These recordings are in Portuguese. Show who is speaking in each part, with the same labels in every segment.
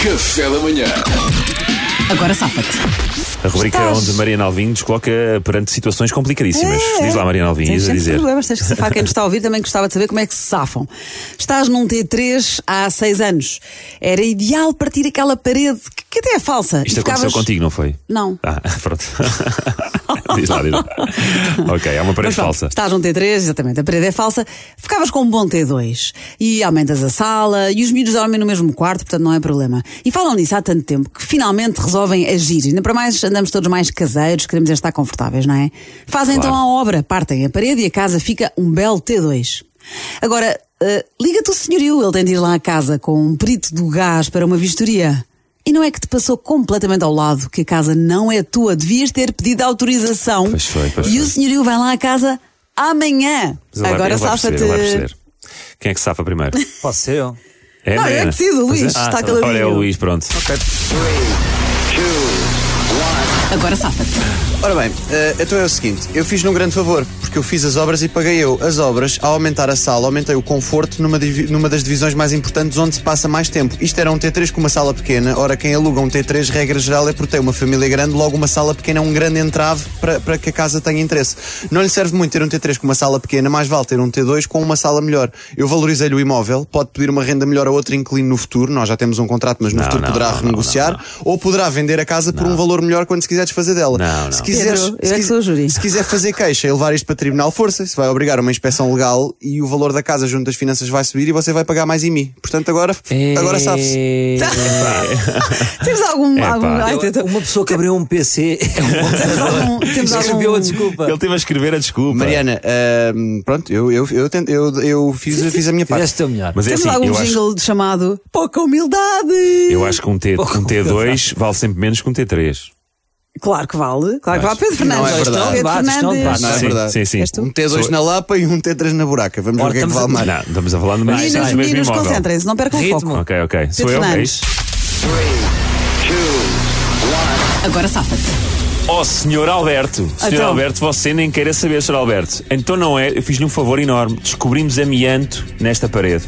Speaker 1: Café da manhã.
Speaker 2: Agora safa-te.
Speaker 3: A rubrica
Speaker 4: Estás-
Speaker 3: onde Maria Alvim nos coloca perante situações complicadíssimas.
Speaker 4: É, é.
Speaker 3: Diz lá, Maria Alvim,
Speaker 4: Tens
Speaker 3: ias a
Speaker 4: sempre
Speaker 3: dizer.
Speaker 4: problemas, tens que safar. Quem nos está a ouvir também gostava de saber como é que se safam. Estás num T3 há seis anos. Era ideal partir aquela parede, que, que até é falsa.
Speaker 3: Isto
Speaker 4: E ficavas-
Speaker 3: aconteceu contigo, não foi?
Speaker 4: Não.
Speaker 3: Ah, pronto. diz lá, diz lá. Ok, é uma parede
Speaker 4: Mas pronto,
Speaker 3: falsa.
Speaker 4: Estás num T3, exatamente, a parede é falsa. Ficavas com um bom T2. E aumentas a sala, e os miúdos dormem no mesmo quarto, portanto não é problema. E falam nisso há tanto tempo que finalmente resolvem agir. Ainda para mais andamos todos mais caseiros, queremos é estar confortáveis, não é? Fazem
Speaker 3: Claro.
Speaker 4: então a obra, partem a parede e a casa fica um belo T2. Agora, eh, liga-te o senhorio, ele tem de ir lá à casa com um perito do gás para uma vistoria. E não é que te passou completamente ao lado que a casa não é tua, devias ter pedido autorização
Speaker 3: Pois foi, pois
Speaker 4: e o
Speaker 3: foi.
Speaker 4: senhorio vai lá à casa amanhã.
Speaker 3: Mas ele vai-
Speaker 4: Agora
Speaker 3: ele vai
Speaker 4: safa-te.
Speaker 3: perceber, ele vai perceber. Quem é que safa primeiro?
Speaker 5: Pode ser eu.
Speaker 3: É a
Speaker 4: Não, é
Speaker 3: Mariana.
Speaker 4: decido, o
Speaker 3: Pois é?
Speaker 4: Luís, está
Speaker 3: tá bem. Olha, é o
Speaker 4: caladinho.
Speaker 3: Luís, pronto.
Speaker 2: Agora safa-te.
Speaker 6: Ora bem, eh, então é o seguinte, eu fiz-lhe um grande favor, porque eu fiz as obras e paguei eu as obras, ao aumentar a sala, aumentei o conforto numa, divi- numa das divisões mais importantes onde se passa mais tempo. Isto era um T3 com uma sala pequena, ora quem aluga um T3, regra geral, é por ter uma família grande, logo uma sala pequena é um grande entrave para, para que a casa tenha interesse. Não lhe serve muito ter um T3 com uma sala pequena, mais vale ter um T2 com uma sala melhor. Eu valorizei-lhe o imóvel, pode pedir uma renda melhor a outro inquilino no futuro, nós já temos um contrato, mas no
Speaker 3: Não,
Speaker 6: futuro
Speaker 3: não,
Speaker 6: poderá
Speaker 3: não, não,
Speaker 6: renegociar,
Speaker 3: não,
Speaker 6: ou poderá vender a casa por um valor melhor quando se quiser desfazer dela.
Speaker 3: Não, não.
Speaker 6: Se quiseres,
Speaker 4: Pedro, eu
Speaker 6: se
Speaker 4: é que
Speaker 6: quis-
Speaker 4: sou o júri.
Speaker 6: se quiser fazer queixa e levar isto para tribunal, força. Se vai obrigar uma inspeção legal e o valor da casa junto das finanças vai subir e você vai pagar mais em mim. Portanto, agora,
Speaker 5: É.
Speaker 6: agora sabe-se.
Speaker 4: Temos algum.
Speaker 3: Epá.
Speaker 4: algum... Ai, tenta-
Speaker 5: Uma pessoa que abriu um PC é um bom
Speaker 4: Temos algum. Temos
Speaker 5: Escreveu a
Speaker 4: algum...
Speaker 5: desculpa.
Speaker 3: Ele teve a escrever a desculpa.
Speaker 6: Mariana, ahm, pronto, eu, eu, eu, tento- eu, eu fiz, fiz a minha parte.
Speaker 5: Fizeste o melhor.
Speaker 3: Mas é
Speaker 4: Temos
Speaker 3: assim,
Speaker 4: algum
Speaker 3: eu acho,
Speaker 4: jingle chamado Pouca Humildade.
Speaker 3: eu acho que um, T,
Speaker 5: Pouco
Speaker 3: um T2 vale sempre menos que um T3.
Speaker 4: Claro que vale. Claro que vale. Pedro
Speaker 6: Não é
Speaker 4: Fernandes.
Speaker 6: verdade.
Speaker 4: Pedro
Speaker 5: Não debates,
Speaker 4: Fernandes.
Speaker 5: não debates.
Speaker 6: Não é
Speaker 3: sim,
Speaker 6: verdade.
Speaker 3: sim, sim. És tu?
Speaker 6: Um T2 na lapa e um T3 na buraca. Vamos ver o
Speaker 5: Ora,
Speaker 6: que é que
Speaker 5: estamos
Speaker 6: vale
Speaker 5: a-
Speaker 6: mais.
Speaker 3: Não, estamos a falar de mais
Speaker 4: Meninos,
Speaker 3: do é mesmo
Speaker 4: meninos,
Speaker 3: imóvel.
Speaker 4: concentrem-se, não percam o
Speaker 5: Ritmo.
Speaker 4: foco.
Speaker 3: Ok, ok. Sou
Speaker 4: Pedro
Speaker 3: eu, é
Speaker 4: Fernandes.
Speaker 3: isso?
Speaker 2: Agora safa-te.
Speaker 3: Oh, Sr. Alberto, Sr.
Speaker 4: Então.
Speaker 3: Alberto, você nem queira saber, Sr. Alberto. Então não é, eu fiz-lhe um favor enorme. Descobrimos amianto nesta parede.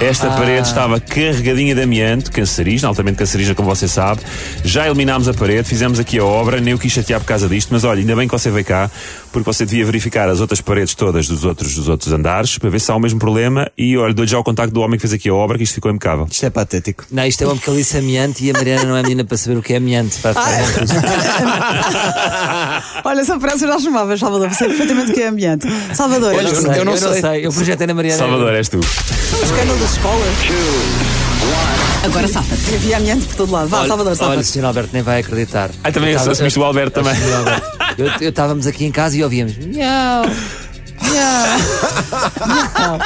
Speaker 3: Esta
Speaker 4: Ah.
Speaker 3: parede estava carregadinha de amianto, cancerígena, altamente cancerígena, como você sabe. Já eliminámos a parede, fizemos aqui a obra, nem eu quis chatear por causa disto, mas olha, ainda bem que você veio cá, porque você devia verificar as outras paredes todas dos outros, dos outros andares, para ver se há o mesmo problema, e olha, dou-lhe já o contacto do homem que fez aqui a obra, que isto ficou impecável.
Speaker 6: Isto é patético.
Speaker 5: Não, isto é uma bocalice amiante e a Mariana não é menina para saber o que é amiante. Pá,
Speaker 4: Ah,
Speaker 5: pá, bom que-
Speaker 4: Olha, só parece que já chamavas, Salvador. Sei perfeitamente o que é ambiente. Salvador,
Speaker 6: Olha,
Speaker 5: eu, não sei, eu não sei. Eu projetei na Mariana.
Speaker 3: Salvador, é. és tu.
Speaker 4: são os canos das escolas.
Speaker 2: Agora safa-te.
Speaker 4: Havia ambiente por todo lado. Vá,
Speaker 5: Olha,
Speaker 4: Salvador,
Speaker 5: Olha,
Speaker 4: Salvador.
Speaker 5: o Sr. Alberto nem vai acreditar.
Speaker 3: Ah, também
Speaker 5: Eu tava-
Speaker 3: assumiste o Alberto também.
Speaker 5: Sr. Alberto. Eu- Eu estávamos aqui em casa e ouvíamos miau, miau, miau.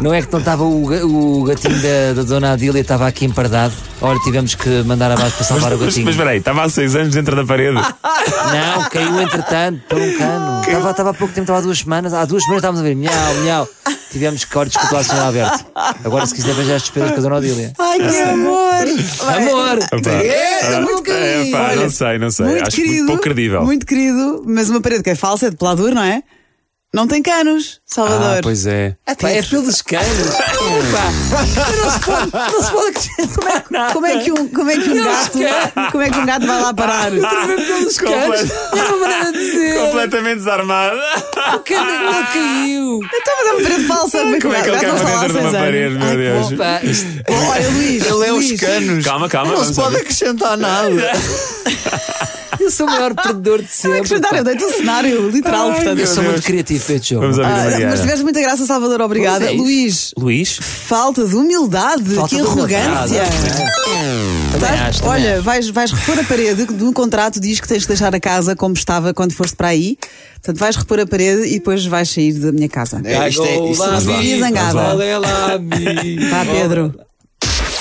Speaker 5: Não é que não estava o, ga- o gatinho da, da dona Adília, estava aqui empardado. Olha, tivemos que mandar abaixo para salvar o
Speaker 3: Mas,
Speaker 5: gatinho.
Speaker 3: mas peraí, estava há seis anos dentro da parede.
Speaker 4: Ah,
Speaker 5: Não, caiu entretanto por um cano. Estava, estava há pouco tempo, estava há duas semanas. Há duas semanas estávamos a ver miau, miau. Tivemos que olha, desculpa lá, Sr. Alberto. Agora, se quiser beijar as despesas com a dona Adília.
Speaker 4: Ai,
Speaker 3: É.
Speaker 4: que amor. Vai.
Speaker 5: Amor!
Speaker 3: Epá. Ah,
Speaker 4: É, muito querido.
Speaker 3: Epá,
Speaker 4: Olha,
Speaker 3: não sei, não sei.
Speaker 4: Muito
Speaker 3: Acho
Speaker 4: querido,
Speaker 3: muito pouco credível.
Speaker 4: Muito querido, mas uma parede que é falsa, é de peladura, não é? Não tem canos, Salvador.
Speaker 3: Ah, pois é.
Speaker 5: Pá, é pelos canos.
Speaker 4: Não se pode acreditar. Como é, como é que um, como é que um gato, como é que um gato vai lá parar?
Speaker 5: Pelos
Speaker 3: Comple-
Speaker 5: canos. É uma maneira de dizer.
Speaker 3: Completamente desarmado.
Speaker 5: O cano
Speaker 4: Ah!
Speaker 5: não caiu.
Speaker 4: Então, mas é uma parede falsa.
Speaker 3: Como é que ele
Speaker 4: gato
Speaker 3: cai
Speaker 4: não
Speaker 3: para
Speaker 4: está lá há
Speaker 3: dentro de uma
Speaker 4: seis anos?
Speaker 3: parede, meu
Speaker 4: Ai,
Speaker 3: Deus?
Speaker 5: Pá, isto-
Speaker 4: bom. Olha, Luís.
Speaker 6: Ele é os
Speaker 4: Luís,
Speaker 6: canos.
Speaker 3: Calma, calma.
Speaker 6: Não
Speaker 3: vamos
Speaker 6: se pode
Speaker 3: ouvir.
Speaker 6: acrescentar nada.
Speaker 5: Eu sou o maior perdedor de
Speaker 4: Não é
Speaker 5: sempre.
Speaker 4: acrescentar, eu dei-te um cenário literal, portanto.
Speaker 5: Eu sou
Speaker 3: Meu
Speaker 5: muito
Speaker 3: Deus.
Speaker 5: criativo para este jogo.
Speaker 3: Vamos ouvir a
Speaker 4: Ah, mas
Speaker 3: Mariana.
Speaker 4: tiveste muita graça, Salvador, obrigada.
Speaker 5: Pois é isso.
Speaker 4: Luís,
Speaker 3: Luís?
Speaker 4: falta de humildade,
Speaker 5: Falta
Speaker 4: que
Speaker 5: de
Speaker 4: arrogância.
Speaker 3: Ah,
Speaker 5: humildade. Também
Speaker 4: Tá?
Speaker 5: acho, também
Speaker 4: Olha,
Speaker 5: acho.
Speaker 4: vais, vais repor a parede, que no contrato diz que tens de deixar a casa como estava quando foste para aí. Portanto, vais repor a parede e depois vais sair da minha casa.
Speaker 6: É, isto é, isto
Speaker 4: Vamos lá.
Speaker 6: é,
Speaker 4: zangada. Vá,
Speaker 5: Vá,
Speaker 4: Tá, Pedro.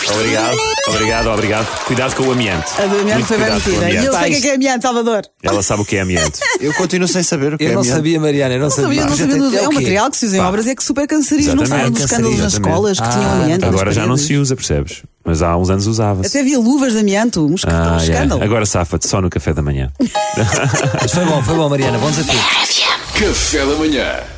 Speaker 3: Obrigado, obrigado, obrigado. Cuidado com o amianto.
Speaker 4: A do amianto
Speaker 3: Muito
Speaker 4: foi bem
Speaker 3: cuidado com o
Speaker 4: metida. E
Speaker 3: amianto.
Speaker 4: eu sei o que é que é amianto, Salvador.
Speaker 3: Ela sabe o que é amianto.
Speaker 6: eu continuo sem saber o que
Speaker 5: Eu
Speaker 6: é
Speaker 5: não
Speaker 6: amianto.
Speaker 5: sabia, Mariana, eu não sabia.
Speaker 4: Sabia, não sabia. do- É um material que se usa em obras e é que super cancerígeno. Não sabe
Speaker 3: Exatamente.
Speaker 4: dos escândalos nas
Speaker 3: Exatamente. Ah,
Speaker 4: escolas que tinham amianto. nas
Speaker 3: Agora já não
Speaker 4: paredes.
Speaker 3: se usa, percebes? Mas há uns anos usava-se.
Speaker 4: Até havia luvas de amianto. Um escândalo. um
Speaker 3: Ah, yeah.
Speaker 4: escândalo.
Speaker 3: Agora safa-te só no café da manhã.
Speaker 5: Mas foi bom, foi bom, Mariana, bom desafio.
Speaker 1: Café da manhã.